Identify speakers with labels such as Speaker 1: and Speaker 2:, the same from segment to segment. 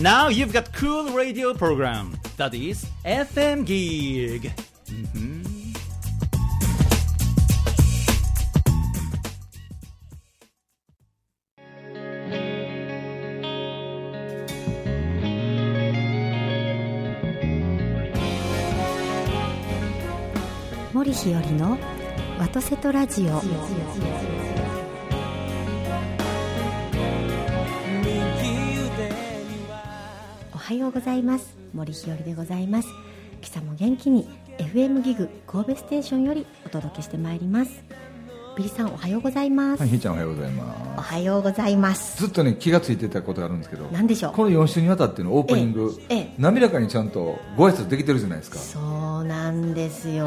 Speaker 1: Now you've got cool radio program that is FM Gig.
Speaker 2: 森日和のワトセトラジオおはようございます森日和でございます今朝も元気に FM ギグ神戸ステーションよりお届けしてまいりますビリさんおはようございます、
Speaker 3: はい、ひーちゃんおはようござい
Speaker 2: お
Speaker 3: ま
Speaker 2: はようございますす
Speaker 3: ずっとね気がついてたことがあるんですけど
Speaker 2: 何でしょう
Speaker 3: この4週にわたってのオープニング、
Speaker 2: ええええ
Speaker 3: 滑らかにちゃんとご挨拶できてるじゃないですか
Speaker 2: そうなんですよ、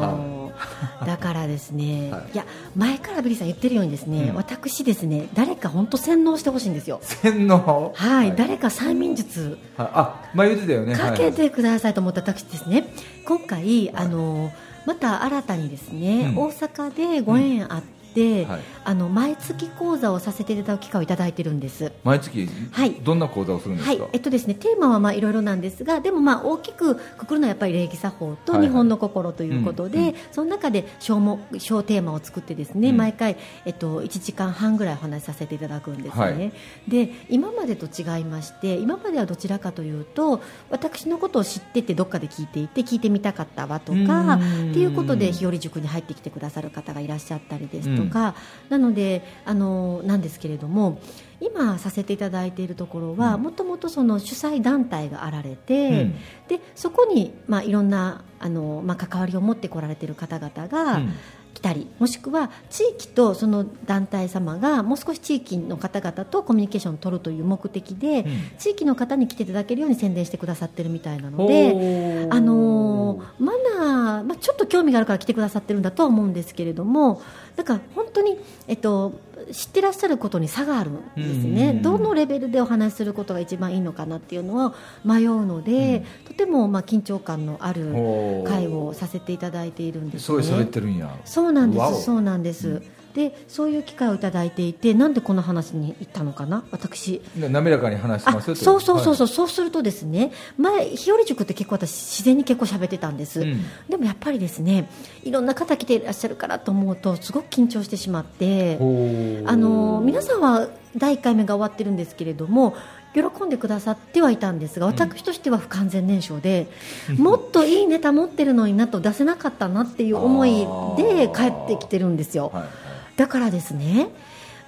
Speaker 3: は
Speaker 2: だからですね、
Speaker 3: はい
Speaker 2: い、や前からビリーさん言ってるようにですね、
Speaker 3: うん
Speaker 2: 私ですね誰か本当洗脳してほしいんですよ
Speaker 3: 洗脳
Speaker 2: はい、
Speaker 3: はい
Speaker 2: 誰か催眠術
Speaker 3: あ前言ってたよね
Speaker 2: か
Speaker 3: は
Speaker 2: け
Speaker 3: い
Speaker 2: てくださいと思った私ですね、今回、あのまた新たにですね、
Speaker 3: うん
Speaker 2: 大阪でご縁あって、
Speaker 3: はい
Speaker 2: あの毎月講座をさせていただく機会をいただいてるんです。
Speaker 3: 毎月、
Speaker 2: はい
Speaker 3: どんな講座をするんで
Speaker 2: は
Speaker 3: す
Speaker 2: い
Speaker 3: か、
Speaker 2: えっとですね、テーマはまあいろいろなんですがでもまあ大きくくくるのはやっぱり礼儀作法
Speaker 3: は
Speaker 2: と
Speaker 3: いはい
Speaker 2: 日本の心ということで、
Speaker 3: うんう
Speaker 2: その中で小も小テーマを作ってですね、
Speaker 3: うん
Speaker 2: 毎回、えっと、1時間半ぐらいお話しさせていただくんですね、
Speaker 3: はい
Speaker 2: で今までと違いまして今まではどちらかというと私のことを知っててどっかで聞いていて聞いてみたかったわとか
Speaker 3: うん
Speaker 2: っていうことで日和塾に入ってきてくださる方がいらっしゃったりですとか、なのであのなんですけれども今させていただいているところは
Speaker 3: うん
Speaker 2: もともとその主催団体があられて、
Speaker 3: うん
Speaker 2: でそこに、まあ、いろんなあの、まあ、関わりを持ってこられている方々が
Speaker 3: うん
Speaker 2: 来たり、もしくは地域とその団体様がもう少し地域の方々とコミュニケーションを取るという目的で、
Speaker 3: ん
Speaker 2: 地域の方に来ていただけるように宣伝してくださってるみたいなので。
Speaker 3: で
Speaker 2: あのーマナー、まあ、ちょっと興味があるから来てくださってるんだとは思うんですけれどもなんか本当に、えっと、知ってらっしゃることに差があるんです
Speaker 3: うんう
Speaker 2: ね、
Speaker 3: んうん
Speaker 2: どのレベルでお話しすることが一番いいのかなっていうのは迷うので、とてもまあ緊張感のある会をさせていただいているんです
Speaker 3: そう
Speaker 2: ね。
Speaker 3: いう喋ってるんや
Speaker 2: そうなんで
Speaker 3: わお
Speaker 2: す、そうなんです、
Speaker 3: うん
Speaker 2: でそういう機会をいただいていてなんでこの話に行ったのかな、私。
Speaker 3: な滑らかに話して
Speaker 2: あ
Speaker 3: ますよ
Speaker 2: そうそうそうそう、
Speaker 3: う、
Speaker 2: そうするとですね前、日和塾って結構私、自然に結構喋ってたんです、
Speaker 3: はいうん
Speaker 2: でもやっぱりですねいろんな方来ていらっしゃるからと思うとすごく緊張してしまってあの皆さんは第1回目が終わってるんですけれども喜んでくださってはいたんですが私としては不完全燃焼で、もっといいネタ持ってるのになと出せなかったなっていう思 いで帰ってきてるんですよ。
Speaker 3: はいはい
Speaker 2: だからですね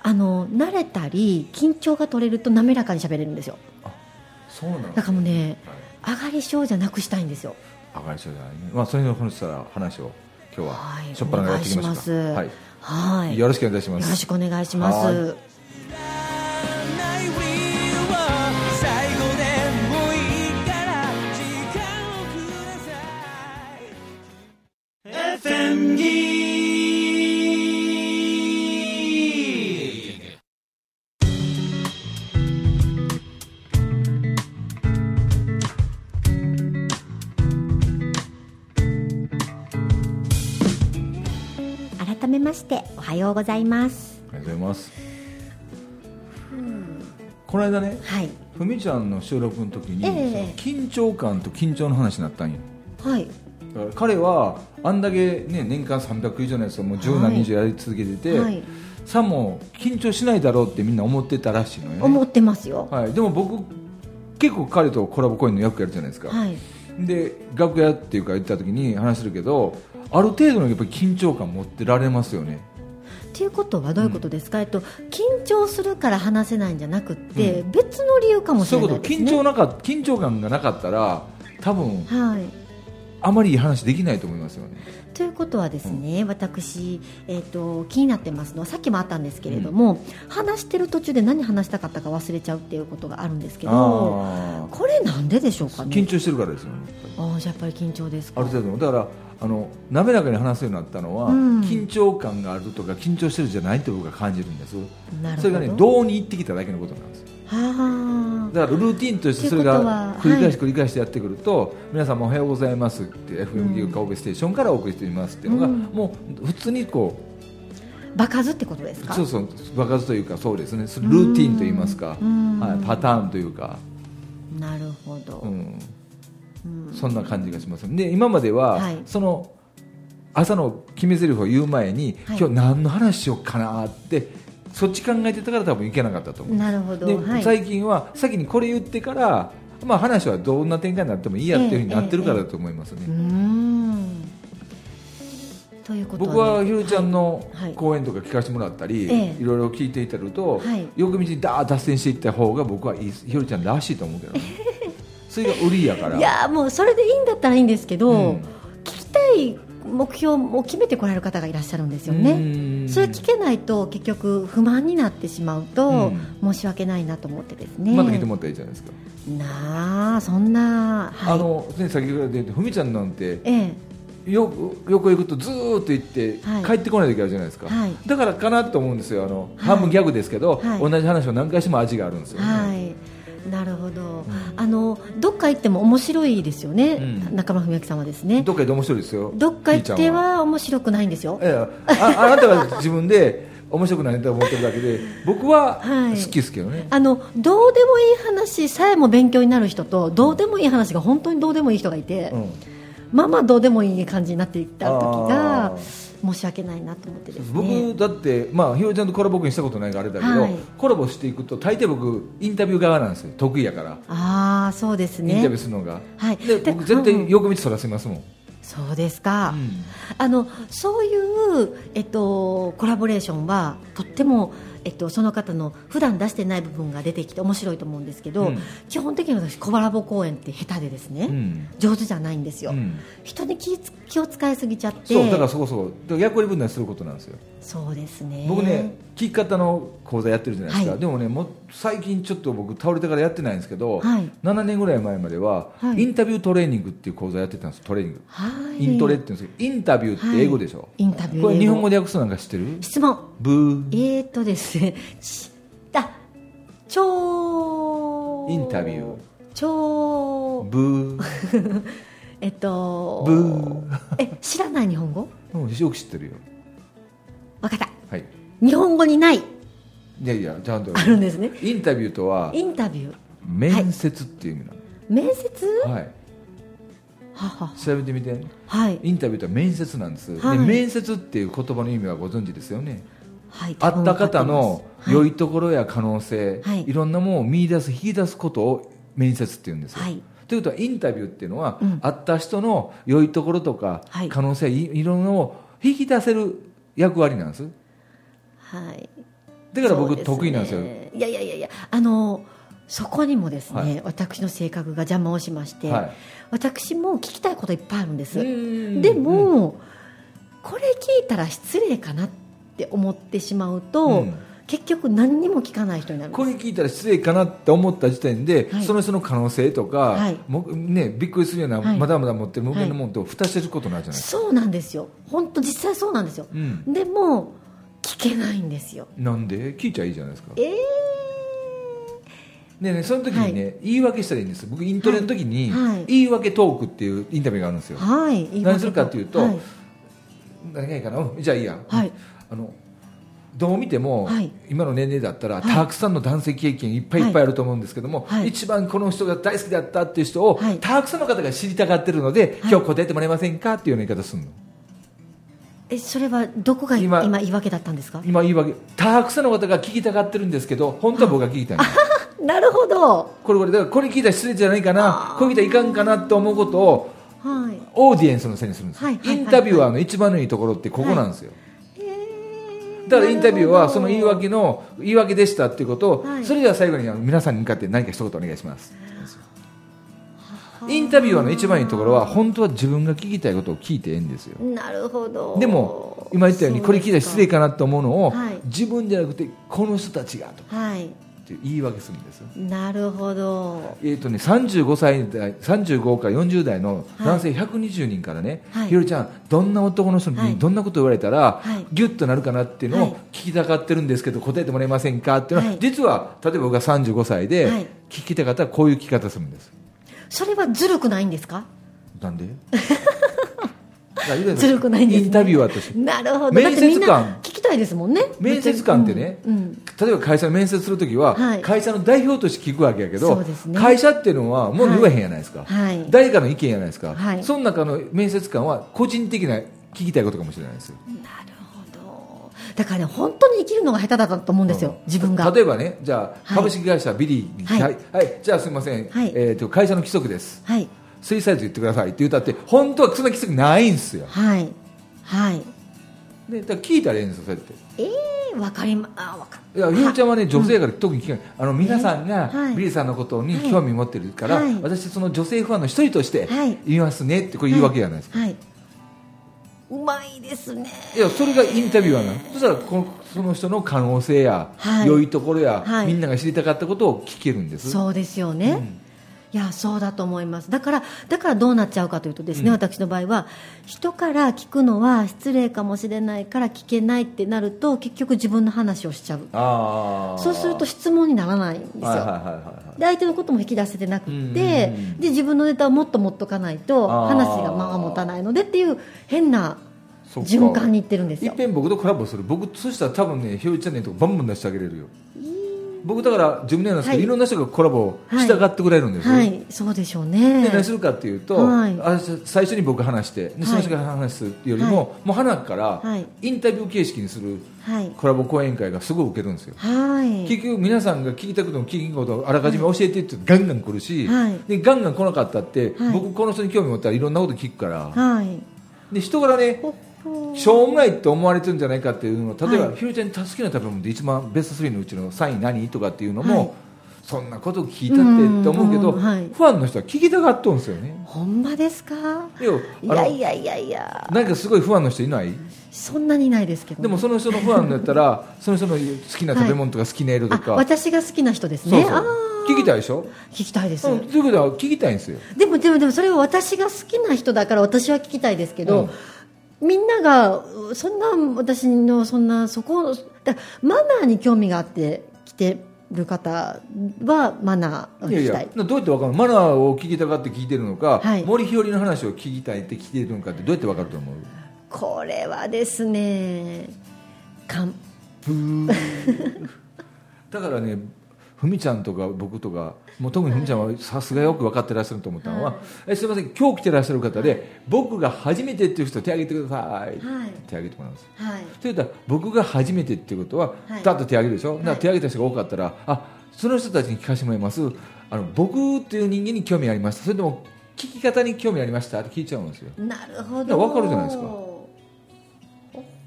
Speaker 2: あの慣れたり緊張が取れると滑らかに喋れるんですよ
Speaker 3: そうなの
Speaker 2: だからもうね
Speaker 3: はい
Speaker 2: 上がり症じゃなくしたいんですよ
Speaker 3: 上がりそうじゃないね、まあ、それの話したら話を今日は
Speaker 2: はい
Speaker 3: しょっぱなからやっていきましょうか
Speaker 2: お願いします
Speaker 3: はい
Speaker 2: はい
Speaker 3: よろしくお願いします
Speaker 2: よろしくお願いしま
Speaker 3: は
Speaker 2: す
Speaker 1: FM Gig.
Speaker 2: 改めましておはようございます
Speaker 3: ありがとうございますこの間ね
Speaker 2: はい
Speaker 3: ふみちゃんの収録の時に、
Speaker 2: ええ
Speaker 3: その緊張感と緊張の話になったんよ
Speaker 2: はい
Speaker 3: だから彼はあんだけ、ね、年間300以上のやつをもう10
Speaker 2: は
Speaker 3: 何
Speaker 2: い
Speaker 3: 20やり続けてて、
Speaker 2: はい
Speaker 3: さも緊張しないだろうってみんな思ってたらしいのよね
Speaker 2: 思、ってますよ
Speaker 3: はい、でも僕結構彼とコラボコインの役やるじゃないですか、
Speaker 2: はい
Speaker 3: で楽屋っていうか行った時に話してるけどある程度のやっぱり緊張感持ってられますよね
Speaker 2: ということはどういうことですか、えっと緊張するから話せないんじゃなくって、別の理由かもし
Speaker 3: そう
Speaker 2: れ
Speaker 3: い
Speaker 2: な
Speaker 3: う
Speaker 2: い
Speaker 3: こと
Speaker 2: です、ね、
Speaker 3: 緊張なか緊張感がなかったら多分
Speaker 2: はい
Speaker 3: あまりいい話できないと思いますよね
Speaker 2: ということはですね、私、えー、と気になってますのはさっきもあったんですけれども、話してる途中で何話したかったか忘れちゃうっていうことがあるんですけど
Speaker 3: あ
Speaker 2: これなんででしょう
Speaker 3: あ
Speaker 2: か
Speaker 3: 緊
Speaker 2: ね
Speaker 3: 張してるからですよねやっぱり
Speaker 2: あーじゃあやっぱり緊張です
Speaker 3: あ
Speaker 2: か
Speaker 3: る程度だからあの滑らかに話すようになったのは、
Speaker 2: うん
Speaker 3: 緊張感があるとか緊張してるじゃないって僕は感じるんです
Speaker 2: なるほど
Speaker 3: それがねどうに行ってきただけのことなんですよ
Speaker 2: はあ
Speaker 3: だからルーティンとしてそれ
Speaker 2: ということは
Speaker 3: が繰り返し
Speaker 2: は
Speaker 3: 繰り返してやってくると、皆さんもおはようございますって、FM ギグ神戸ステーションからお送りしていますっていうのが、
Speaker 2: うん
Speaker 3: もう普通にこ
Speaker 2: 場数ってことです
Speaker 3: う
Speaker 2: か
Speaker 3: そうそう場数というかそうですねルーティンといいますか、
Speaker 2: うん
Speaker 3: はい、パターンというか
Speaker 2: なるほど、
Speaker 3: うん、
Speaker 2: うん
Speaker 3: そんな感じがしますで今までは、
Speaker 2: はい
Speaker 3: その朝の決め台詞を言う前に、
Speaker 2: はい
Speaker 3: 今日何の話しようかなってそっち考えてたから多分いけなかったと思う
Speaker 2: なるほど、
Speaker 3: で、
Speaker 2: はい、
Speaker 3: 最近は先にこれ言ってから、まあ、話はどんな展開になってもいいやっていうふうになってるからだと思いますね、
Speaker 2: うーんということ
Speaker 3: 僕はひろちゃんの
Speaker 2: はい
Speaker 3: 講演とか聞かせてもらったり、
Speaker 2: ええ
Speaker 3: い、ろいろ聞いていたると、
Speaker 2: はい
Speaker 3: 横道にダーッ脱線していった方が僕はいいひろちゃんらしいと思うけど ねそれが売りやから
Speaker 2: いやーもうそれでいいんだったらいいんですけど、
Speaker 3: うん
Speaker 2: 聞きたい目標を決めてこられる方がいらっしゃるんですよね
Speaker 3: うん
Speaker 2: それ聞けないと結局不満になってしまうと
Speaker 3: う
Speaker 2: 申し訳ないなと思ってですね、
Speaker 3: また来てもらったらいいじゃないですか、
Speaker 2: なあそんな、はい、
Speaker 3: あのね先ほど言ったふみちゃんなんて
Speaker 2: ええ
Speaker 3: よ横行くとずーっと行って、
Speaker 2: はい
Speaker 3: 帰ってこない時あるじゃないですか、
Speaker 2: はい
Speaker 3: だからかなと思うんですよあの、
Speaker 2: い
Speaker 3: 半分ギャグですけど、
Speaker 2: はい
Speaker 3: 同じ話を何回しても味があるんですよね、
Speaker 2: はい、なるほど、
Speaker 3: ん
Speaker 2: あのどっか行っても面白いですよね、
Speaker 3: うん
Speaker 2: 中村文明さんはですね
Speaker 3: どっかで面白いですよ
Speaker 2: どっか行っ
Speaker 3: ひーち
Speaker 2: て
Speaker 3: ゃん
Speaker 2: は面白くないんですよ
Speaker 3: ええあ あなたが自分で面白くないと思ってるだけで僕は
Speaker 2: はい
Speaker 3: 好きですけどね、
Speaker 2: あのどうでもいい話さえも勉強になる人とどうでもいい話が本当にどうでもいい人がいて、
Speaker 3: うん
Speaker 2: まあまあどうでもいい感じになっていった時
Speaker 3: あ
Speaker 2: が
Speaker 3: ー
Speaker 2: 申し訳ないなと思ってです
Speaker 3: 僕、
Speaker 2: ね
Speaker 3: だって、まあ、ひよちゃんとコラボ僕にしたことないからあれだけど、
Speaker 2: はい
Speaker 3: コラボしていくと大抵僕インタビュー側なんですよ得意やから、
Speaker 2: ああそうです
Speaker 3: インタビュ
Speaker 2: ね
Speaker 3: ーするのが、
Speaker 2: はい
Speaker 3: で
Speaker 2: で
Speaker 3: 僕絶
Speaker 2: うんうん
Speaker 3: 対横道そらせますもん、
Speaker 2: そうですか、
Speaker 3: うん
Speaker 2: あのそういう、えっと、コラボレーションはとっても、えっと、その方の普段出してない部分が出てきて面白いと思うんですけど、
Speaker 3: うん
Speaker 2: 基本的に私コラボ公演って下手でですね、
Speaker 3: うん
Speaker 2: 上手じゃないんですよ、
Speaker 3: うん
Speaker 2: 人に気つ気を使いすぎちゃって
Speaker 3: そうだからそうそうだから役割分担することなんですよ、
Speaker 2: そうですね
Speaker 3: 僕ね聞き方の講座やってるじゃないですか、
Speaker 2: はい
Speaker 3: でもねもう最近ちょっと僕倒れてからやってないんですけど、
Speaker 2: はい
Speaker 3: 7年ぐらい前までは、
Speaker 2: はい
Speaker 3: インタビュートレーニングっていう講座やってたんですトレーニング、
Speaker 2: はい
Speaker 3: イントレって言うんですけどインタビューって英語でしょ、
Speaker 2: はいインタビュー
Speaker 3: これ日本語
Speaker 2: で
Speaker 3: で訳すなんか知ってる
Speaker 2: 質問
Speaker 3: ブー
Speaker 2: えー、っとですねちあ超
Speaker 3: インタビュー
Speaker 2: 超
Speaker 3: ブー
Speaker 2: えっと
Speaker 3: ブー
Speaker 2: え知らない日本語
Speaker 3: うんよく知ってるよ
Speaker 2: わかった
Speaker 3: はい
Speaker 2: 日本語にない
Speaker 3: いやいやちゃんと
Speaker 2: あるんですね
Speaker 3: インタビューとは
Speaker 2: インタビュー
Speaker 3: 面接っていう意味な
Speaker 2: 面接
Speaker 3: の、はい、
Speaker 2: はは
Speaker 3: 調べてみて
Speaker 2: はい
Speaker 3: インタビューとは面接なんです、
Speaker 2: はい
Speaker 3: で面接っていう言葉の意味はご存知ですよね
Speaker 2: はい
Speaker 3: 会った方の
Speaker 2: 良
Speaker 3: 良いところや可能性、
Speaker 2: はい
Speaker 3: い、ろんなものを見出す引き出すことを面接って言うんですよ、
Speaker 2: はい
Speaker 3: ということはインタビューっていうのは、
Speaker 2: うん
Speaker 3: 会った人の良いところとか、
Speaker 2: はい
Speaker 3: 可能性いいろんなのを引き出せる役割なんです
Speaker 2: はい
Speaker 3: だから
Speaker 2: そ
Speaker 3: 僕
Speaker 2: うですね
Speaker 3: 得意なんですよ
Speaker 2: いやいやいやいやあのそこにもですね、
Speaker 3: はい
Speaker 2: 私の性格が邪魔をしまして、
Speaker 3: はい
Speaker 2: 私も聞きたいこといっぱいあるんです、
Speaker 3: うん
Speaker 2: でも、これ聞いたら失礼かなって思ってしまうと、
Speaker 3: うん
Speaker 2: 結局何にも聞かない人になるんで
Speaker 3: こ
Speaker 2: す
Speaker 3: れ聞いたら失礼かなって思った時点で、
Speaker 2: はい
Speaker 3: その人の可能性とか、
Speaker 2: はい
Speaker 3: もね、びっくりするような、
Speaker 2: はい
Speaker 3: まだまだ持ってる無限のものと蓋してることになるじゃないです
Speaker 2: そうなんですよ本当実際そうなんですよ、
Speaker 3: か、うん
Speaker 2: でも聞けないんですよ
Speaker 3: なんで聞いちゃいいじゃないですか
Speaker 2: ええ
Speaker 3: でね、その時にね、言い訳したらいいんです僕イントレの時に、
Speaker 2: はいはい
Speaker 3: 言い訳トークっていうインタビューがあるんですよ
Speaker 2: はい言い訳
Speaker 3: 何するかっていうと
Speaker 2: はい
Speaker 3: 何がいいかなうんじゃあいいや、
Speaker 2: はい
Speaker 3: あのどう見ても、
Speaker 2: はい
Speaker 3: 今の年齢だったら、
Speaker 2: い
Speaker 3: たくさんの男性経験いっぱいいっぱいあると思うんですけども、
Speaker 2: はい
Speaker 3: 一番この人が大好きだったっていう人を、
Speaker 2: はい
Speaker 3: たくさんの方が知りたがってるので、
Speaker 2: はい
Speaker 3: 今日答えてもらえませんかっていうような言い方するの
Speaker 2: えそれはどこが今今
Speaker 3: 今
Speaker 2: 言い訳だったんですか
Speaker 3: 今言い訳たくさんの方が聞きたがってるんですけど本当は僕が聞 きたいんです
Speaker 2: なるほど
Speaker 3: これこれだからこれ聞いたら失礼じゃないかなこれ聞いたらいかんかなと思うことを
Speaker 2: はい
Speaker 3: オーディエンスのせいにするんですよ、
Speaker 2: はいはいはい
Speaker 3: インタビューはあの一番のいいところってここなんですよ、だからインタビューはその言い訳の言い訳でしたっていうことを、
Speaker 2: はい
Speaker 3: それでは最後にあの皆さんに向かって何か一言お願いしますインタビューはの一番いいところは本当は自分が聞きたいことを聞いてええんですよ
Speaker 2: なるほど
Speaker 3: でも今言ったようにこれ聞いたら失礼
Speaker 2: か
Speaker 3: かなと思うのを、
Speaker 2: はい
Speaker 3: 自分じゃなくてこの人たちがとか
Speaker 2: はい
Speaker 3: っていう言い訳するんですよ
Speaker 2: なるほど
Speaker 3: えーとね、35歳代35から40代の男性120人からね、
Speaker 2: はい
Speaker 3: ひろりちゃん、どんな男の人
Speaker 2: はい
Speaker 3: にどんなことを言われたら、
Speaker 2: はい
Speaker 3: ギュッとなるかなっていうの
Speaker 2: はい
Speaker 3: を聞きたがってるんですけど、答えてもらえませんかっていうのは、
Speaker 2: はい
Speaker 3: 実は例えば僕が35歳で、
Speaker 2: はい
Speaker 3: 聞きたかったらこういう聞き方するんです。
Speaker 2: それはずるくないんですか
Speaker 3: なんでら言うた
Speaker 2: ずるくないんですね
Speaker 3: インタビュアーとして
Speaker 2: なるほどだ
Speaker 3: 面
Speaker 2: っ
Speaker 3: 接
Speaker 2: てみんな
Speaker 3: 官
Speaker 2: 聞きたいですもんね
Speaker 3: 面接官ってね、
Speaker 2: うんうん
Speaker 3: 例えば会社の面接するときは、
Speaker 2: はい
Speaker 3: 会社の代表として聞くわけやけ
Speaker 2: そ
Speaker 3: ど、
Speaker 2: うですね
Speaker 3: 会社っていうのはもう言わへんやないですか、
Speaker 2: はい
Speaker 3: 誰かの意見やないですか、
Speaker 2: はい
Speaker 3: その中の面接官は個人的な聞きたいことかもしれないですよ
Speaker 2: なるほどだからね本当に生きるのが下手だったと思うんですよ、
Speaker 3: うん
Speaker 2: 自分が
Speaker 3: 例えばねじゃあ、
Speaker 2: はい
Speaker 3: 株式会社ビリーに、
Speaker 2: はい
Speaker 3: はいはいじゃあすみません、
Speaker 2: はい
Speaker 3: えー、と会社の規則です
Speaker 2: はい
Speaker 3: 水サイズ言ってくださいって言ったって本当はそんな規則ないんですよ
Speaker 2: はいはい
Speaker 3: でだから聞いたらええんですよそうやって
Speaker 2: えー、わかりまあわか
Speaker 3: いやゆうちゃんはね女性から特に聞かない、あの皆さんが
Speaker 2: はい
Speaker 3: ビリーさんのことに興味持ってるから、
Speaker 2: はい
Speaker 3: 私その女性ファンの一人として
Speaker 2: はい
Speaker 3: 言いますねってこれ言うわけじゃないですか、
Speaker 2: はい、うまいですね
Speaker 3: い、やそれがインタビュアーなのそしたらこのその人の可能性や、
Speaker 2: はい
Speaker 3: 良いところや、
Speaker 2: はい
Speaker 3: みんなが知りたかったことを聞けるんです
Speaker 2: そうですよね、いやそうだと思いますだからだからどうなっちゃうかというとですね、
Speaker 3: うん
Speaker 2: 私の場合は人から聞くのは失礼かもしれないから聞けないってなると結局自分の話をしちゃう
Speaker 3: ああ
Speaker 2: そうすると質問にならないんですよ、
Speaker 3: はいはいはいはいはい
Speaker 2: で相手のことも引き出せてなくて、
Speaker 3: うんうんうん
Speaker 2: で自分のネタをもっと持っとかないと
Speaker 3: あー
Speaker 2: 話が間が持たないのでっていう変な
Speaker 3: そっか
Speaker 2: 循環にいってるんです
Speaker 3: いっ
Speaker 2: よ
Speaker 3: ぺん僕とコラボする僕そしたら多分ねひよりチャンネルとかバンバン出してあげれるよ僕だから自分ではなんですけど、、
Speaker 2: はいい
Speaker 3: ろんな人がコラボしたがってくれるんですよ、
Speaker 2: はいそうでしょうね
Speaker 3: で何するかっていうと、
Speaker 2: はい
Speaker 3: あ最初に僕話してで
Speaker 2: はい
Speaker 3: その人が話すよりも、もう花から
Speaker 2: はい
Speaker 3: インタビュー形式にする
Speaker 2: はい
Speaker 3: コラボ講演会がすごい受けるんですよ
Speaker 2: はい
Speaker 3: 結局皆さんが聞きたくても聞きたいことをあらかじめ教えてってガンガン来るし、
Speaker 2: はい
Speaker 3: でガンガン来なかったって、
Speaker 2: はい
Speaker 3: 僕この人に興味持ったらいろんなこと聞くから、
Speaker 2: はい
Speaker 3: で人からね
Speaker 2: ほっほー
Speaker 3: しょうもないって思われてるんじゃないかっていうのを例えば、
Speaker 2: はい
Speaker 3: ひろちゃんに好きな食べ物で一番ベスト3のうちの3位何とかっていうのも、
Speaker 2: はい
Speaker 3: そんなこと聞いたってって思うけど、
Speaker 2: うんうんはい
Speaker 3: ファンの人は聞きたがっとんですよね
Speaker 2: ほんまですか
Speaker 3: い
Speaker 2: い
Speaker 3: やあの
Speaker 2: やいやいやいや
Speaker 3: なんかすごいファンの人いない
Speaker 2: そんなにないですけど
Speaker 3: でもその人のファンだったらその人の好きな食べ物とか好きな色と
Speaker 2: あ
Speaker 3: か、
Speaker 2: 私が好きな人です
Speaker 3: そう
Speaker 2: ね
Speaker 3: そう
Speaker 2: あー
Speaker 3: 聞きたいでしょ
Speaker 2: 聞きたいです、
Speaker 3: うんということは聞きたいんですよ
Speaker 2: でもでもでもそれは私が好きな人だから私は聞きたいですけど、みんながうそんな私のそんなそこだマナーに興味があって来てる方はマナーを
Speaker 3: いや
Speaker 2: 聞
Speaker 3: い
Speaker 2: きたい
Speaker 3: やどうやってわかるマナーを聞きたがって聞いてるのか、
Speaker 2: はい
Speaker 3: 森ひよりの話を聞きたいって聞いてるのかってどうやってわかると思う
Speaker 2: これはですね勘
Speaker 3: だからねふみちゃんとか僕とかもう特にふみちゃんはさすがよく分かってらっしゃると思ったのは、えすみません今日来てらっしゃる方で、僕が初めてっていう人手挙げてください、
Speaker 2: はい
Speaker 3: 手挙げてもらうんですよ
Speaker 2: はい
Speaker 3: というと僕が初めてっていうことは、
Speaker 2: はい
Speaker 3: だっと手挙げるでしょ、だから
Speaker 2: はい
Speaker 3: 手挙げた人が多かったらあその人たちに聞かせてもらいますあの僕という人間に興味ありましたそれとも聞き方に興味ありましたって聞いちゃうんですよ
Speaker 2: なるほ
Speaker 3: いや
Speaker 2: ど
Speaker 3: わかるじゃないですか
Speaker 2: ほ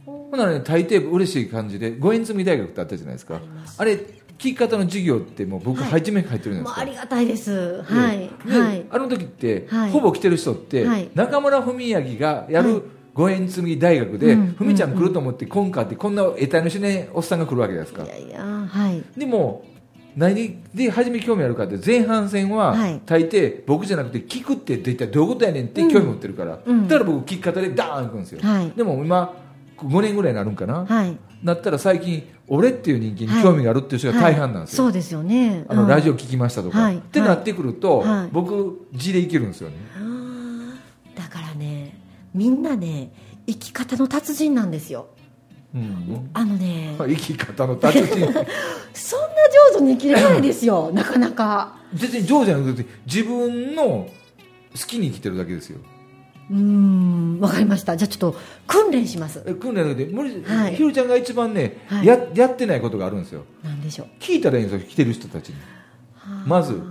Speaker 2: ほ
Speaker 3: ほんならね大抵嬉しい感じで五円積み大学ってあったじゃないですか
Speaker 2: あります
Speaker 3: あれ聞き方の授業ってもう僕
Speaker 2: はい
Speaker 3: 初めから入ってるじゃ
Speaker 2: もう
Speaker 3: な
Speaker 2: あ
Speaker 3: いで
Speaker 2: りがたいです
Speaker 3: すか、
Speaker 2: は
Speaker 3: で
Speaker 2: い
Speaker 3: で
Speaker 2: はい
Speaker 3: あの時って、
Speaker 2: はい
Speaker 3: ほぼ来てる人って、
Speaker 2: はい
Speaker 3: 中村文明がや
Speaker 2: はい
Speaker 3: る五円積み大学で、
Speaker 2: うんうん
Speaker 3: ふみちゃん来ると思って今んかってこんな得体の知れないおっさんが来るわけじゃないですか
Speaker 2: いやいやはい
Speaker 3: でも何で初め興味あるかって前半戦は
Speaker 2: はい
Speaker 3: 大抵僕じゃなくて聞くって一体どういうことやねんって興味持ってるから、
Speaker 2: うん
Speaker 3: だから僕聞き方でダーン行くんですよ、
Speaker 2: はい
Speaker 3: でも今5年ぐらいになるんかな、
Speaker 2: はい
Speaker 3: なったら最近俺っていう人間に興味があるっていう人が大半なんですよ、
Speaker 2: はいそうですよね
Speaker 3: あのラジ
Speaker 2: オ
Speaker 3: オ聞きましたとか、
Speaker 2: はい
Speaker 3: ってなってくると、
Speaker 2: はい
Speaker 3: 僕字でいけるんですよね
Speaker 2: だからねみんなね生き方の達人なんですよ
Speaker 3: うん
Speaker 2: あのね、
Speaker 3: 生き方の達 人
Speaker 2: そんな上手に生きれないですよ なかなか
Speaker 3: 別に上手じゃなくて自分の好きに生きてるだけですよ
Speaker 2: うーんわかりましたじゃあちょっと訓練します
Speaker 3: え訓練だけで森、
Speaker 2: はい
Speaker 3: ひろちゃんが一番ね、
Speaker 2: はい
Speaker 3: ややってないことがあるんですよ
Speaker 2: なんでしょう
Speaker 3: 聞いたらいいんですよ来てる人たちにまず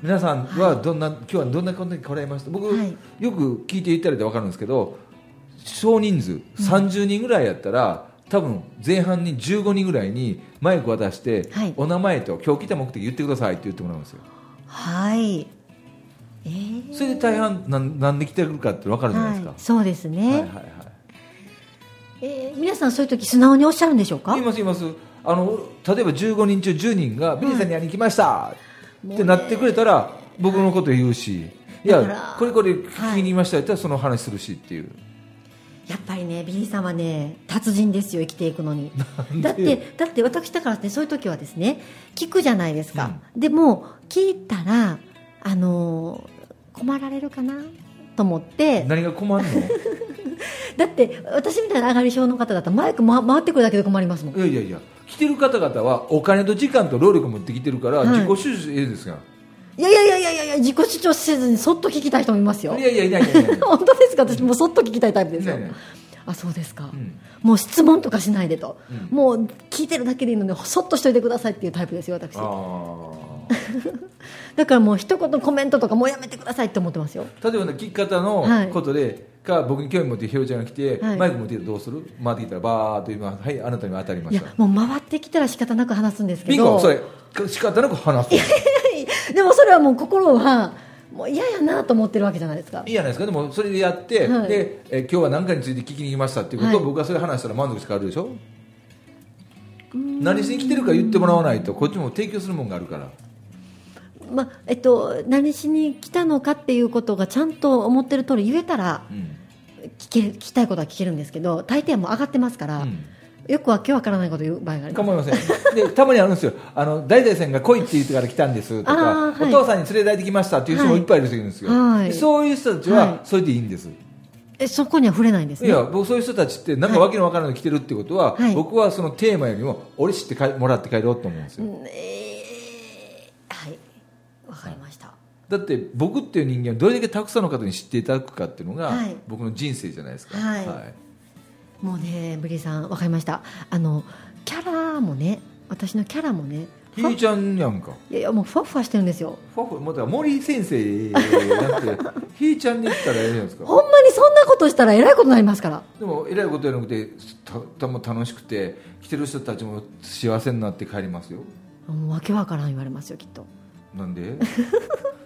Speaker 3: 皆さんはどんな、今日はどんなことに来られました僕、
Speaker 2: はい
Speaker 3: よく聞いていただいて分かるんですけど少人数30人ぐらいやったら、多分前半に15人ぐらいにマイク渡して、
Speaker 2: はい
Speaker 3: お名前と今日来た目的言ってくださいって言ってもらうんですよ
Speaker 2: はいえー
Speaker 3: それで大半なんなんで来てるかって分かるじゃない
Speaker 2: はい
Speaker 3: で、す
Speaker 2: そうです
Speaker 3: か、
Speaker 2: ね、
Speaker 3: はいはいはい
Speaker 2: えー皆さんそういう時素直におっしゃるんでしょうか
Speaker 3: いますいますあの例えば15人中10人が「ビリーさんに会いに来ました」ってなってくれたら僕のこと言うし「い
Speaker 2: だから
Speaker 3: やこれこれ聞きにいました」やったらその話するしっていう
Speaker 2: やっぱりねビリーさんはね達人ですよ生きていくのにだってだって私だからねそういう時はですね聞くじゃないですか、でも聞いたらあのー困られるかなと思って
Speaker 3: 何が困るの
Speaker 2: だって私みたいな上がり症の方だったらマイク、ま、回ってくるだけで困りますもん
Speaker 3: いやいやいや来てる方々はお金と時間と労力持ってきてるから
Speaker 2: はい
Speaker 3: 自己出資ですが、
Speaker 2: いやいやいやいやいや自己主張せずにそっと聞きたい人もいますよ
Speaker 3: い、やいやいやいやいや
Speaker 2: 本当ですか私もうそっと聞きたいタイプですよ、
Speaker 3: ねえねえ
Speaker 2: あそうですか、
Speaker 3: ん
Speaker 2: もう質問とかしないでと、
Speaker 3: うん
Speaker 2: もう聞いてるだけでいいのでそっとしといてくださいっていうタイプですよ私
Speaker 3: あー
Speaker 2: だからもう一言コメントとかもうやめてくださいって思ってますよ
Speaker 3: 例えばね聞き方の
Speaker 2: はい
Speaker 3: ことで、か僕に興味持ってひろちゃんが来て、
Speaker 2: はい
Speaker 3: マイク持ってきたらどうする回ってきたらバーっと今はいあなたに当たりま
Speaker 2: い
Speaker 3: し
Speaker 2: や
Speaker 3: た
Speaker 2: もう回ってきたら仕方なく話すんですけど
Speaker 3: ビンゴそれか仕方なく話 す
Speaker 2: でもそれはもう心はもう嫌やなと思ってるわけじゃないですか
Speaker 3: いいじゃないですかでもそれでやって、
Speaker 2: はい
Speaker 3: でえー今日は何かについて聞きに来ましたっていうことを、
Speaker 2: はい
Speaker 3: 僕がそれ話したら満足して変わるでしょ何しに来てるか言ってもらわないとこっちも提供するもんがあるから
Speaker 2: まあえっと、何しに来たのかっていうことがちゃんと思ってる通り言えたら
Speaker 3: うん
Speaker 2: 聞け聞きたいことは聞けるんですけど大抵はもう上がってますから、
Speaker 3: うん
Speaker 2: よくは今日わからないこと言う場合があります
Speaker 3: 構いません でたまにあるんですよあの大々さんが来いって言ってから来たんですとか、
Speaker 2: あーはい
Speaker 3: お父さんに連れられてきましたっていう人も
Speaker 2: はい
Speaker 3: いっぱいいる人いるんですよ、
Speaker 2: はい
Speaker 3: そういう人たち
Speaker 2: はい
Speaker 3: はそれでいいんです、
Speaker 2: えそこには触れないんです
Speaker 3: い、
Speaker 2: ね
Speaker 3: や僕そういう人たちってなんかわけのわからないの来てるってことは、
Speaker 2: はい
Speaker 3: 僕はそのテーマよりも俺知ってかもらって帰ろうと思うんですよ、
Speaker 2: うんえーはいわかりました、
Speaker 3: だって僕っていう人間をどれだけたくさんの方に知っていただくかっていうのが、
Speaker 2: はい
Speaker 3: 僕の人生じゃないですか、
Speaker 2: はいもうねブリーさんわかりましたあのキャラもね私のキャラもね
Speaker 3: ひ
Speaker 2: ふわ
Speaker 3: い
Speaker 2: い
Speaker 3: ちゃんやんか
Speaker 2: やいやもうふわふわしてるんですよ
Speaker 3: ふわふわもうだから森先生 なんてひいちゃんに言ったらええじゃないですか
Speaker 2: ほんまにそんなことしたらえらいことになりますから
Speaker 3: でもえらいことやなくてたたも楽しくて来てる人たちも幸せになって帰りますよ
Speaker 2: もうわけわからん言われますよきっと
Speaker 3: なんで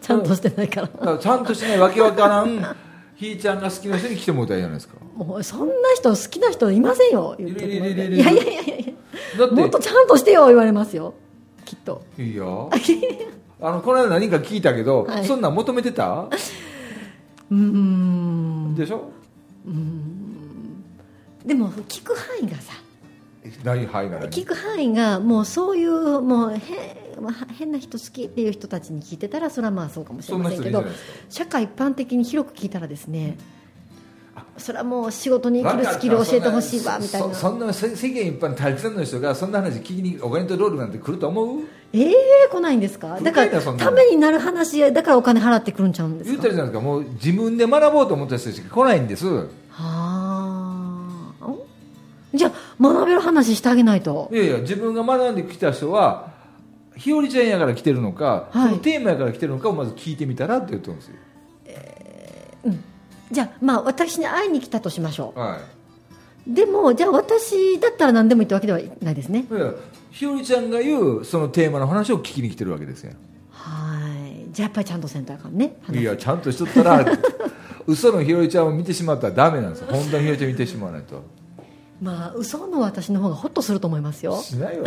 Speaker 2: ちゃんとしてないから
Speaker 3: だからちゃんとしないわけわからんひいちゃんが好きな人に来てもらったらいいじゃないですか
Speaker 2: もうそんな人好きな人いませんよ言って
Speaker 3: いるいるいるいる
Speaker 2: いやいやいやい
Speaker 3: だ
Speaker 2: やもっと
Speaker 3: っ
Speaker 2: ちゃんとしてよ言われますよきっと
Speaker 3: ていいよあのこの間何か聞いたけど、
Speaker 2: はい
Speaker 3: そんなん求めてた
Speaker 2: うーん
Speaker 3: でしょ
Speaker 2: でも聞く範囲がさ
Speaker 3: 何はいなら
Speaker 2: 聞く範囲がもうそういうもう変まあ変な人好きっていう人たちに聞いてたらそれはまあそうかもしれませんけ
Speaker 3: そん
Speaker 2: ど
Speaker 3: な人でいいじゃないで
Speaker 2: 社会一般的に広く聞いたらですねそれはもう仕事に生きる
Speaker 3: わか
Speaker 2: ス
Speaker 3: る
Speaker 2: キルを教えてほしいわみたいな
Speaker 3: そそそんな世世間一般にたくさんの人がそんな話聞きにお金とロールなんて来ると思う
Speaker 2: ええ来ないんですかだか
Speaker 3: 来ないな
Speaker 2: ら
Speaker 3: そんな
Speaker 2: た
Speaker 3: の
Speaker 2: めになる話だからお金払ってくるんちゃうんで
Speaker 3: 言
Speaker 2: す
Speaker 3: っ
Speaker 2: か
Speaker 3: てるじゃないですかもう自分で学ぼうと思った人しか来ないんです
Speaker 2: はあんじゃあ学べる話してあげないと
Speaker 3: いやいや自分が学んできた人は日和ちゃんやから来てるのか、
Speaker 2: はい
Speaker 3: そのテーマやから来てるのかをまず聞いてみたらって言ってるんですよ、
Speaker 2: じゃあまあ私に会いに来たとしましょ
Speaker 3: は
Speaker 2: うでもじゃあ私だったら何でもいいってわけではないですね
Speaker 3: い、いや日和ちゃんが言うそのテーマの話を聞きに来てるわけですよ
Speaker 2: はいじゃあやっぱりちゃんとせんとあかんね話
Speaker 3: いやちゃんとしとったら嘘の日和ちゃんを見てしまったらダメなんですよ本当の日和ちゃん見てしまわないと
Speaker 2: まあ嘘の私の方がホッとすると思いますよ
Speaker 3: しないわ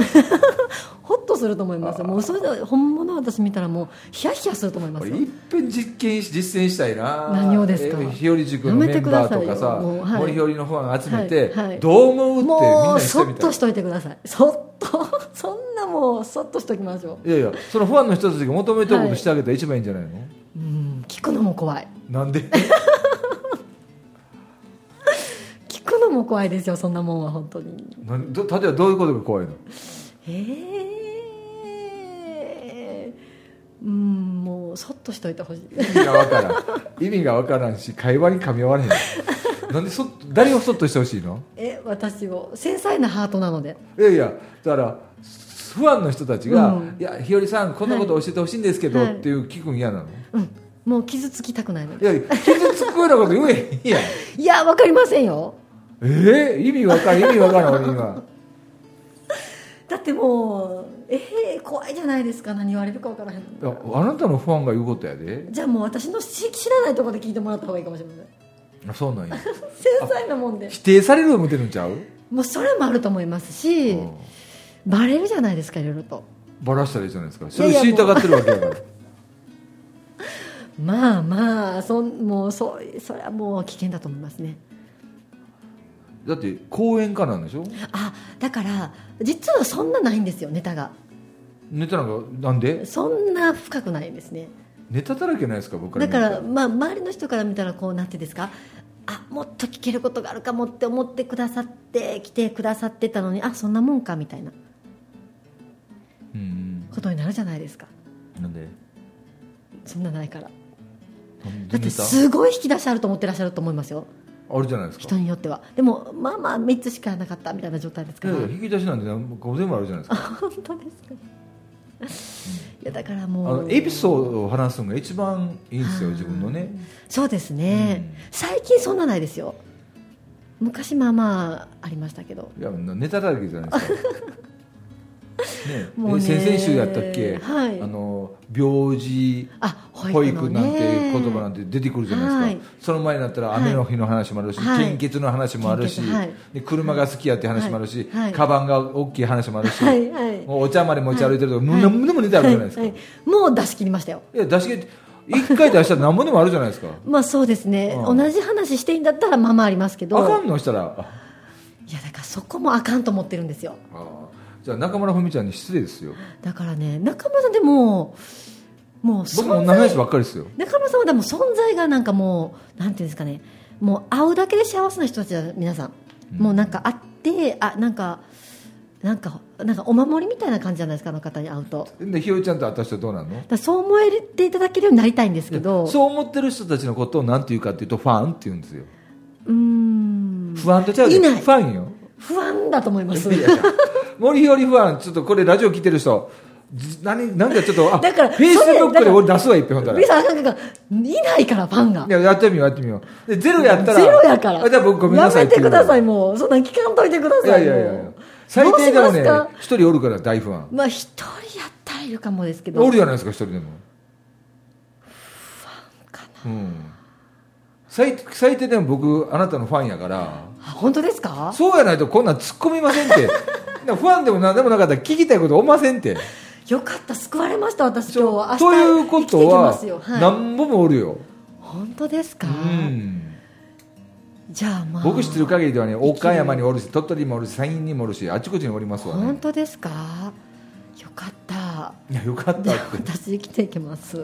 Speaker 2: ホッとすると思いますよもう嘘で本物の私見たらもうヒヤヒヤすると思いま
Speaker 3: こ
Speaker 2: す
Speaker 3: れ
Speaker 2: よ
Speaker 3: いっぺん実験し実践したいな
Speaker 2: 何をですか
Speaker 3: え日和塾のメン
Speaker 2: や
Speaker 3: バーとかさ
Speaker 2: めてくださいよもうはい
Speaker 3: 森日和のファン集めて、
Speaker 2: はいはい
Speaker 3: どう思うってみんな
Speaker 2: も
Speaker 3: に
Speaker 2: う
Speaker 3: して
Speaker 2: そ
Speaker 3: み
Speaker 2: ったと
Speaker 3: い
Speaker 2: しといてくださいそっと そんなもうそっとしときましょ
Speaker 3: いやいやそのファンの人たちが求めてることしてあげたら一番いいんじゃないの、
Speaker 2: ううん聞くのも怖い
Speaker 3: なんで
Speaker 2: 聞くのも怖いですよそんなもんは本当に
Speaker 3: なんど例えばどういうことが怖いの
Speaker 2: ええうんもうそっとしといてほしい
Speaker 3: 意味がわから ん意味がわからんし会話に噛み合われへんなんでそ誰をそっとしてほしいの
Speaker 2: え私を繊細なハートなので
Speaker 3: いやいやだからファンの人たちが
Speaker 2: う
Speaker 3: 「
Speaker 2: ん
Speaker 3: いや日和さんこんなこと教えてほしいんですけど」
Speaker 2: はい
Speaker 3: っていう聞くん嫌なの、
Speaker 2: うんもう傷つきたくないの
Speaker 3: い、や傷つくようなこと言えへんやん
Speaker 2: いやわかりませんよ
Speaker 3: えー、意味わからん意味わからん俺今
Speaker 2: だってもうええ怖いじゃないですか何言われるかわからへん
Speaker 3: いやあなたのファンが言うことやで
Speaker 2: じゃあもう私の知知らないところで聞いてもらった方がいいかもしれません
Speaker 3: あそうなんや
Speaker 2: 繊細なもんで
Speaker 3: 否定される思てるんちゃう、
Speaker 2: もうそれもあると思います
Speaker 3: う
Speaker 2: し
Speaker 3: ん
Speaker 2: バレるじゃないですかいろいろと
Speaker 3: バラしたらいいじゃないですかそれ知りたがってるわけやから
Speaker 2: まあまあそんもうそうそれはもう危険だと思いますね
Speaker 3: だって公演家なんでしょ
Speaker 2: あだから実はそんなないんですよネタが
Speaker 3: ネタなんかなんで
Speaker 2: そんな深くないんですね
Speaker 3: ネタだらけないですか僕ら
Speaker 2: だ
Speaker 3: 見
Speaker 2: から、
Speaker 3: た
Speaker 2: まあ、周りの人から見たらこうなんていうんですかあもっと聞けることがあるかもって思ってくださって来てくださってたのにあそんなもんかみたいな
Speaker 3: うん
Speaker 2: ことになるじゃないですか
Speaker 3: なんで
Speaker 2: そんなないから
Speaker 3: なん
Speaker 2: だ
Speaker 3: ど
Speaker 2: って
Speaker 3: んな歌
Speaker 2: すごい引き出しあると思ってらっしゃると思いますよ
Speaker 3: あるじゃないです
Speaker 2: 人
Speaker 3: か
Speaker 2: によってはでもまあまあ3つしかなかったみたいな状態です
Speaker 3: い
Speaker 2: か
Speaker 3: や
Speaker 2: ら
Speaker 3: いや引き出しなんて何個全部あるじゃないですか
Speaker 2: 本当ですかいやだから
Speaker 3: あ
Speaker 2: も
Speaker 3: の
Speaker 2: う
Speaker 3: エピソードを話すのが一番いいんですよ
Speaker 2: うん
Speaker 3: 自分のね
Speaker 2: そうですね、
Speaker 3: うん
Speaker 2: 最近そんなないですよ昔まあまあありましたけど
Speaker 3: いやネタだらけじゃないです かね
Speaker 2: もうね
Speaker 3: 先々週やったっけ、
Speaker 2: はい
Speaker 3: あの病児
Speaker 2: あ
Speaker 3: 保
Speaker 2: 保育
Speaker 3: 育
Speaker 2: の
Speaker 3: なん
Speaker 2: ね
Speaker 3: て言葉なんて出てくるじゃないですか、その前になったら雨の日の話もあるし、
Speaker 2: はい
Speaker 3: 献血の話もあるし、
Speaker 2: 献血はい
Speaker 3: で車が好きやって話もあるし、
Speaker 2: はいはい
Speaker 3: カバンが大きい話もあるし、
Speaker 2: はいはい
Speaker 3: もうお茶まで持ち歩いてるとか、もう
Speaker 2: はい
Speaker 3: 何でもネタあるじゃないですか、
Speaker 2: はいいはいもう出し切りましたよ
Speaker 3: や出し切って一回出したら何もでもあるじゃないですか
Speaker 2: まあそうですね、
Speaker 3: うん
Speaker 2: 同じ話していいんだったらまあまあありますけど
Speaker 3: あかんのしたらあ
Speaker 2: いやだからそこもあかんと思ってるんですよ
Speaker 3: あじゃあ中村文ちゃんに失礼ですよ
Speaker 2: だからね中村さんでももう
Speaker 3: 僕も
Speaker 2: 存
Speaker 3: 女の話
Speaker 2: 在
Speaker 3: ばっかりですよ
Speaker 2: 中村さんはでも存在がなんかもうなんていうんですかねもう会うだけで幸せな人たちだ皆さん、
Speaker 3: うん
Speaker 2: もうなんか会ってあなんかなんかなんかお守りみたいな感じじゃないですかあの方に会うとだか
Speaker 3: でひよりちゃんと私とどうなんの
Speaker 2: らそう思えていただけるようになりたいんですけど
Speaker 3: そう思ってる人たちのことをなんて言うかっていうとファンって言うんですよ
Speaker 2: うーん
Speaker 3: 不安とちゃうで
Speaker 2: いない
Speaker 3: ファンよ
Speaker 2: 不安だと思います
Speaker 3: いや 森ひより不安ちょっとこれラジオ聞いてる人じ何なんかちょっとあ
Speaker 2: だから
Speaker 3: フェイス
Speaker 2: それだ
Speaker 3: ブック
Speaker 2: か
Speaker 3: で
Speaker 2: ら
Speaker 3: 俺出すわいっぺんほんだら
Speaker 2: 皆さんなんかいないからファンが
Speaker 3: いややってみようやってみようでゼロやったら
Speaker 2: ゼロやから
Speaker 3: あじゃあ僕ごめんなさい
Speaker 2: やめてください
Speaker 3: も
Speaker 2: もうそんなん聞かんといてくだ
Speaker 3: いや
Speaker 2: さい
Speaker 3: いやいや
Speaker 2: も
Speaker 3: いや
Speaker 2: う
Speaker 3: 最低でもね
Speaker 2: どうしますか
Speaker 3: 一人おるから大不安
Speaker 2: まあ一人やったらいるかもですけど
Speaker 3: おるじゃないですか一人でも
Speaker 2: か
Speaker 3: うん最最低でも僕あなたのファンやから
Speaker 2: あ本当ですか
Speaker 3: そうやないとこんなん突っ込みません って。なファンでも何でもなかったら聞きたいことおませんって。
Speaker 2: よかった救われました私今日は明日
Speaker 3: ということ
Speaker 2: 生きてき
Speaker 3: は
Speaker 2: ます、よ、はい、
Speaker 3: 何ぼもおるよ。
Speaker 2: 本当ですか、
Speaker 3: うん。
Speaker 2: じゃあまあ
Speaker 3: 僕知ってる限りではね、岡山におるし、鳥取にもおるし、山陰にもおるし、あちこちにおりますわ
Speaker 2: 本
Speaker 3: ね。
Speaker 2: 当ですかよかった
Speaker 3: いや、よかったっ
Speaker 2: じゃ
Speaker 3: て
Speaker 2: あ。 私生きていけます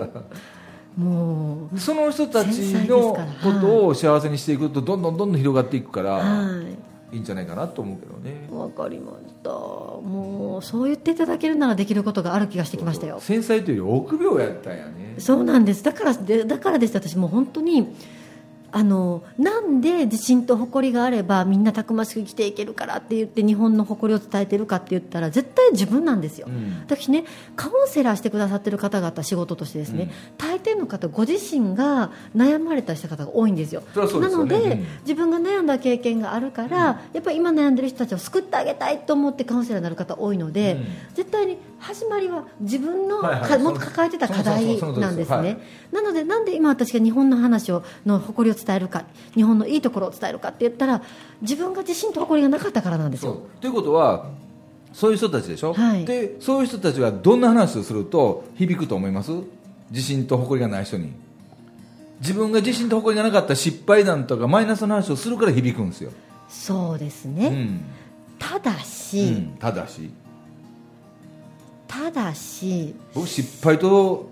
Speaker 2: もう
Speaker 3: その人たち
Speaker 2: 繊細です
Speaker 3: の
Speaker 2: から
Speaker 3: ことを幸せにしていくと、どんどんどんどん広がっていくから、
Speaker 2: はい
Speaker 3: いいんじゃないかなと思うけどね。
Speaker 2: わかりましたもうそう言っていただけるならできることがある気がしてきましたよ
Speaker 3: 繊細というより臆病やったんやね。
Speaker 2: そうなんですだからでだからです私もう本当にあのなんで自信と誇りがあればみんなたくましく生きていけるからって言って日本の誇りを伝えてるかって言ったら絶対自分なんですよ、
Speaker 3: うん。
Speaker 2: 私ねカウンセラーしてくださってる方々仕事としてですね、
Speaker 3: うん
Speaker 2: 大抵の方ご自身が悩まれたりした方が多いんですよ
Speaker 3: そりゃそうですよね
Speaker 2: なので、
Speaker 3: うん
Speaker 2: 自分が悩んだ経験があるから、やっぱり今悩んでる人たちを救ってあげたいと思ってカウンセラーになる方多いので、
Speaker 3: うん
Speaker 2: 絶対に始まりは自分の、
Speaker 3: はいはい
Speaker 2: か
Speaker 3: そう
Speaker 2: もっと抱えてた課題
Speaker 3: そうそうそうそう
Speaker 2: なんですね、
Speaker 3: はい
Speaker 2: なのでなんで今私が日本の話をの誇りを伝えるか日本のいいところを伝えるかって言ったら自分が自信と誇りがなかったからなんです
Speaker 3: そ
Speaker 2: よ
Speaker 3: うということはそういう人たちでしょ、
Speaker 2: はい
Speaker 3: でそういう人たちがどんな話をすると響くと思います自信と誇りがない人に自分が自信と誇りがなかった失敗談とかマイナスの話をするから響くんですよ、
Speaker 2: そうです
Speaker 3: う
Speaker 2: ね、
Speaker 3: ん
Speaker 2: ただし、
Speaker 3: うん、ただした
Speaker 2: だし
Speaker 3: 僕失敗と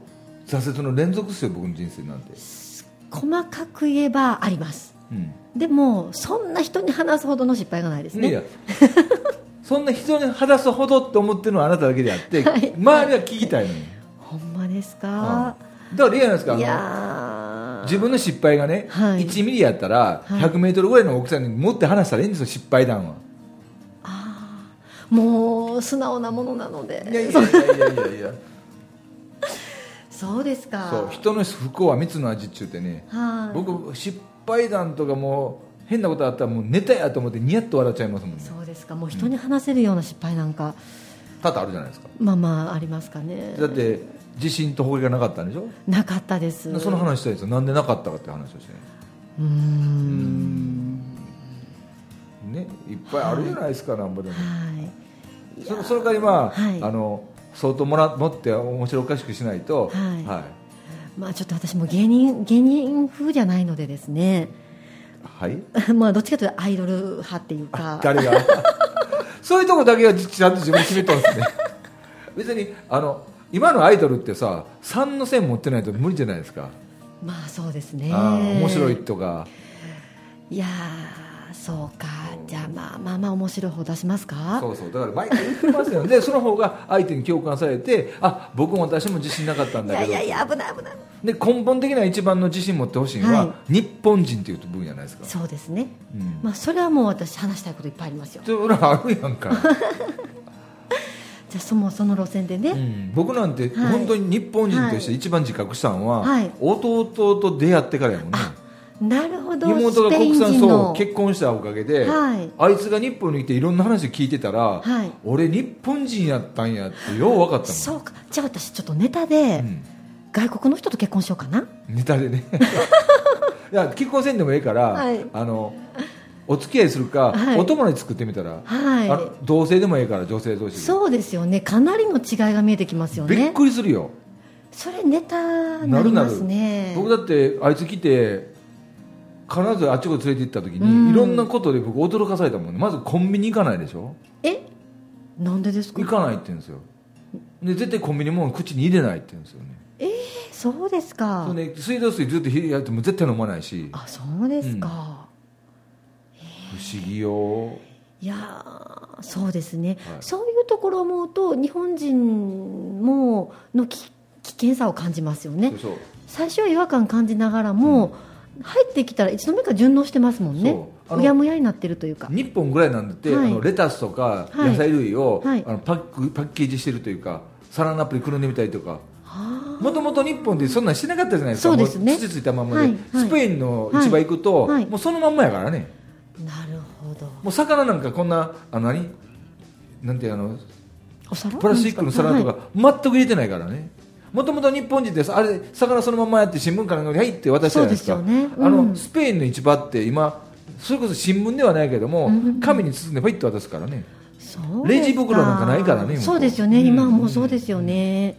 Speaker 3: 挫折の連続ですよ僕の人生なんて、
Speaker 2: 細かく言えばあります
Speaker 3: うん
Speaker 2: でもそんな人に話すほどの失敗がないですね
Speaker 3: いや そんな人に話すほどって思ってるのはあなただけであって、
Speaker 2: はい
Speaker 3: 周りは聞きたいのに、
Speaker 2: ほんまです
Speaker 3: うん
Speaker 2: か、
Speaker 3: だからいいじゃないですかあの
Speaker 2: いやー
Speaker 3: 自分の失敗がね、
Speaker 2: はい
Speaker 3: 1ミリやったら
Speaker 2: はい
Speaker 3: 100メートルぐらいの大きさに持って話したらいいんですよ失敗談は、
Speaker 2: あーもう素直なものなので
Speaker 3: い、やいやいやいやいや いや
Speaker 2: そうですか
Speaker 3: そう人の不幸は蜜の味っちゅうてね
Speaker 2: はい
Speaker 3: 僕失敗談とかもう変なことあったらもうネタやと思ってニヤッと笑っちゃいますもんね
Speaker 2: そうですかもう人に話せるような失敗なんか、
Speaker 3: 多々あるじゃないですか
Speaker 2: まあまあありますかね
Speaker 3: だって自信と誇りがなかったんでしょ、
Speaker 2: なかったです
Speaker 3: その話したいですよなんでなかったかって話をしてね
Speaker 2: うーん
Speaker 3: ねいっぱいあるじゃないですか、なんぼでも
Speaker 2: はいいや
Speaker 3: そその代わりまあ、
Speaker 2: はい
Speaker 3: あの相当もら持って面白おかしくしないと
Speaker 2: はい
Speaker 3: はい
Speaker 2: まあちょっと私も芸人芸人風じゃないのでですね
Speaker 3: はい、
Speaker 2: まあどっちかというとアイドル派っていうか
Speaker 3: 誰が そういうとこだけはちゃんと自分で決めたんです ね別にあの今のアイドルってさ3の線持ってないと無理じゃないですか、
Speaker 2: まあそうですね
Speaker 3: あー面白いとか
Speaker 2: いやーそうかじゃあまあまあまあ面白い方出しますか
Speaker 3: そうそうだから毎回言ってますよねでその方が相手に共感されてあ僕も私も自信なかったん
Speaker 2: い
Speaker 3: だ
Speaker 2: や
Speaker 3: け
Speaker 2: い
Speaker 3: ど
Speaker 2: やいや危ない危ない
Speaker 3: で根本的な一番の自信持ってほしいのは、
Speaker 2: は
Speaker 3: 日本人っていう分野じゃないですか
Speaker 2: そうですね、
Speaker 3: うん
Speaker 2: まあそれはもう私話したいこといっぱいありますよ
Speaker 3: それはあるや んか、
Speaker 2: じゃあそもその路線でね、
Speaker 3: うん僕なん
Speaker 2: は
Speaker 3: て
Speaker 2: い
Speaker 3: 本当に日本人として一番自覚したのは、
Speaker 2: はい
Speaker 3: 弟と出会ってからやもんね、
Speaker 2: なるほど
Speaker 3: 妹が
Speaker 2: スペイン
Speaker 3: 国産
Speaker 2: 人
Speaker 3: そう
Speaker 2: の
Speaker 3: 結婚したおかげで、
Speaker 2: はい
Speaker 3: あいつが日本に来ていろんな話を聞いてたら、
Speaker 2: はい
Speaker 3: 俺日本人やったんやってよう分かったもん
Speaker 2: そうかじゃあ私ちょっとネタで、
Speaker 3: ん
Speaker 2: 外国の人と結婚しようかな
Speaker 3: ネタでね いや結婚せんでもええから、
Speaker 2: はい
Speaker 3: あのお付き合いするか、
Speaker 2: はい
Speaker 3: お友達作ってみたら、
Speaker 2: はい
Speaker 3: あの同性でもええから女性同士で
Speaker 2: そうですよねかなりの違いが見えてきますよ
Speaker 3: びっ
Speaker 2: ね
Speaker 3: くりするよ
Speaker 2: それネタに
Speaker 3: な
Speaker 2: な
Speaker 3: る
Speaker 2: り
Speaker 3: な
Speaker 2: ま
Speaker 3: る
Speaker 2: すね
Speaker 3: 僕だってあいつ来て必ずあっちこっち連れて行った時に、
Speaker 2: うん
Speaker 3: いろんなことで僕驚かされたもんねまずコンビニ行かないでしょ
Speaker 2: えなんでですか
Speaker 3: 行かないって言うんですよで絶対コンビニも口に入れないって言うんですよね
Speaker 2: そうですか
Speaker 3: それで水道水ずっと冷やっても絶対飲まないし
Speaker 2: あそうですか、
Speaker 3: 不思議よ
Speaker 2: いやーそうですね、
Speaker 3: はい
Speaker 2: そういうところを思うと日本人ものき危険さを感じますよね
Speaker 3: そうそう
Speaker 2: 最初は違和感感じながらも、入ってきたらいつの間にか順応してますもんね
Speaker 3: そうあの
Speaker 2: うやむやになってるというか
Speaker 3: 日本ぐらいなんだって、
Speaker 2: はい
Speaker 3: あのレタスとか
Speaker 2: はい
Speaker 3: 野菜類を、
Speaker 2: はい
Speaker 3: あのパックパッケージしてるというかサランラップにくるんでみたりとか
Speaker 2: は
Speaker 3: もともと日本でそんなんしてなかったじゃないですか
Speaker 2: そうですね
Speaker 3: も土ついたまんまで、
Speaker 2: はいはい
Speaker 3: スペインの市場行くと、
Speaker 2: はい
Speaker 3: もうそのまんまやからね
Speaker 2: あなるほど
Speaker 3: もう魚なんかこんなあの何なんていうあの
Speaker 2: お皿
Speaker 3: プラスチックの皿と
Speaker 2: はい
Speaker 3: か全く入れてないからねもともと日本人ってあれ魚そのままやって新聞かなんかに入って渡したじゃないですか
Speaker 2: そうですよねうん
Speaker 3: あのスペインの市場って今それこそ新聞ではないけども、
Speaker 2: うんうんうん
Speaker 3: 紙に包んでファイッと渡すからね
Speaker 2: そう
Speaker 3: レジ袋なんかないからね
Speaker 2: で
Speaker 3: もう
Speaker 2: すそうですよね、
Speaker 3: うん
Speaker 2: 今はもうそうですよね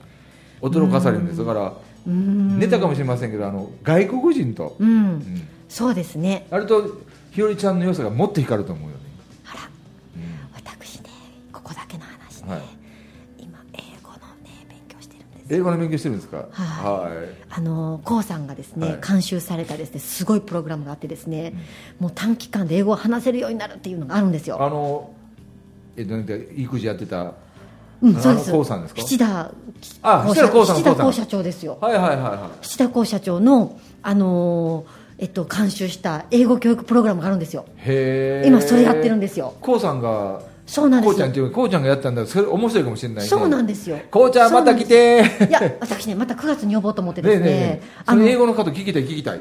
Speaker 3: 驚かされるんですだから、
Speaker 2: うん
Speaker 3: ネタかもしれませんけどあの外国人と、
Speaker 2: うん、
Speaker 3: うん
Speaker 2: そうですね
Speaker 3: あれとひよりちゃんの良さがもっと光ると思うよね、
Speaker 2: あら私ねここだけの話ね、
Speaker 3: はい
Speaker 2: 今英語のね勉強してるんです
Speaker 3: 英語の勉強してるんですか
Speaker 2: はいあの k o さんがですね、
Speaker 3: はい
Speaker 2: 監修されたですねすごいプログラムがあってですね、もう短期間で英語を話せるようになるっていうのがあるんですよ。
Speaker 3: あのえっとなんて育児やってた
Speaker 2: うん、
Speaker 3: あ
Speaker 2: そうです。
Speaker 3: コウさんですか
Speaker 2: 七田
Speaker 3: あ
Speaker 2: コウ
Speaker 3: 七田コウさん
Speaker 2: 七田
Speaker 3: コ
Speaker 2: コウ
Speaker 3: ウさん
Speaker 2: 社長ですよ。
Speaker 3: はいはいはいは
Speaker 2: 七田コウ社長のあのーえっと監修した英語教育プログラムがあるんですよ。
Speaker 3: いへえ
Speaker 2: 今それやってるんですよ
Speaker 3: こうさんが
Speaker 2: そうなんで
Speaker 3: こう
Speaker 2: す
Speaker 3: ちゃんっ
Speaker 2: よ
Speaker 3: て。いうこうちゃんがやったんだそれ面白いかもしれないね
Speaker 2: そうなんですよ。
Speaker 3: こうちゃんまた来て
Speaker 2: いや、私ねまた9月に呼ぼうと思って
Speaker 3: ね
Speaker 2: で
Speaker 3: え
Speaker 2: す
Speaker 3: ね
Speaker 2: ね。
Speaker 3: えねえ
Speaker 2: あ
Speaker 3: そ
Speaker 2: の
Speaker 3: の英語の方聞きたい聞きたい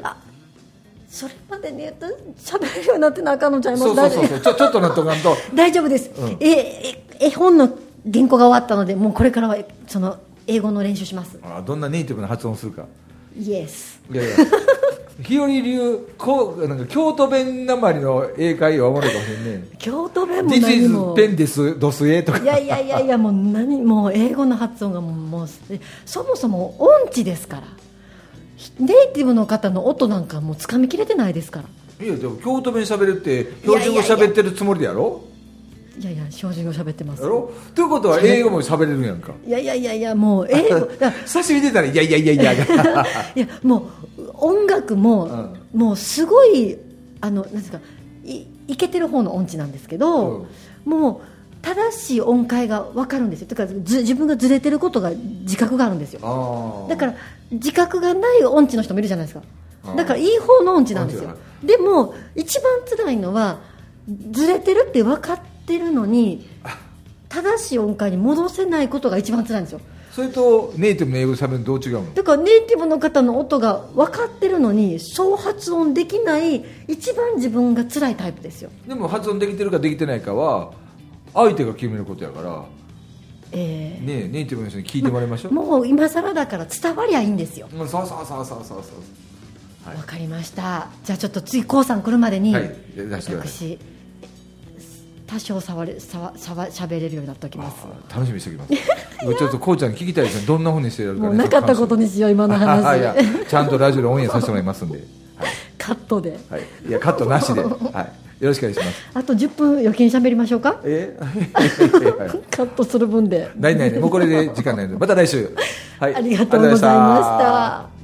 Speaker 2: それまでね喋るようになってなあかんのちゃいます。
Speaker 3: そうそうそうそうちょちょっとなっとかんと
Speaker 2: 大丈夫です、ええ絵本の原稿が終わったのでもうこれからはえその英語の練習します
Speaker 3: あどんなネイティブな発音するか
Speaker 2: イエス
Speaker 3: いやいや日和流こうなんか京都弁なまりの英会話はおもろいかもしれんね
Speaker 2: 京都弁も
Speaker 3: This
Speaker 2: 何
Speaker 3: is
Speaker 2: も
Speaker 3: pen ですドスエとか
Speaker 2: いやいやいやいやもう何もう英語の発音がもうもうえそもそも音痴ですからひネイティブの方の音なんかもうつかみきれてないですから
Speaker 3: いやでも京都弁喋るって標準語喋ってるつもりでやろ
Speaker 2: いやいや標準語喋ってます
Speaker 3: やろということは英語も喋れるんやんか
Speaker 2: いやいやいやいやもう英語だ
Speaker 3: 久しぶりに出たらいやいやいやいや
Speaker 2: いやもう音楽も、もうすごいあのなんですかいいけてる方の音痴なんですけど、もう正しい音階が分かるんですよだからず自分がずれてることが自覚があるんですよ
Speaker 3: ああ
Speaker 2: だから自覚がない音痴の人もいるじゃないです
Speaker 3: あ
Speaker 2: か
Speaker 3: ー
Speaker 2: だからいい方の音痴なんです
Speaker 3: 音
Speaker 2: よ
Speaker 3: 痴
Speaker 2: でも一番辛いのはずれてるって分かってるのに正しい音階に戻せないことが一番辛いんですよ
Speaker 3: それとネイティブの英語で喋るのどう違うの
Speaker 2: だからネイティブの方の音が分かってるのにそう発音できない一番自分が辛いタイプですよ
Speaker 3: でも発音できてるかできてないかは相手が決めることやから
Speaker 2: え
Speaker 3: ねえネイティブの人に聞いてもらいましょ
Speaker 2: ー
Speaker 3: う、
Speaker 2: もう今更だから伝わりゃいいんですよ
Speaker 3: うそうそうそうそうそうそう
Speaker 2: わ、
Speaker 3: はい
Speaker 2: かりましたじゃあちょっと次 k o さん来るまでに、
Speaker 3: はい出してください
Speaker 2: 私多少触れ触触しゃべれるようになっておきます
Speaker 3: あ楽しみにしておきますちょっとこうちゃんに聞きたいですねどんなふうにしてやるか、ね、
Speaker 2: もうなかったことにしよう今の
Speaker 3: いや
Speaker 2: 話
Speaker 3: ちゃんとラジオでオンエアさせてもらいますんで、
Speaker 2: カットで
Speaker 3: はい、いやカットなし で、はい、よろしくお願いします
Speaker 2: あと10分余計にしゃべりましょうか
Speaker 3: えはい
Speaker 2: カットする分で
Speaker 3: ないないねもうこれで時間ないのでまた来週、はい
Speaker 2: ありがとうございました。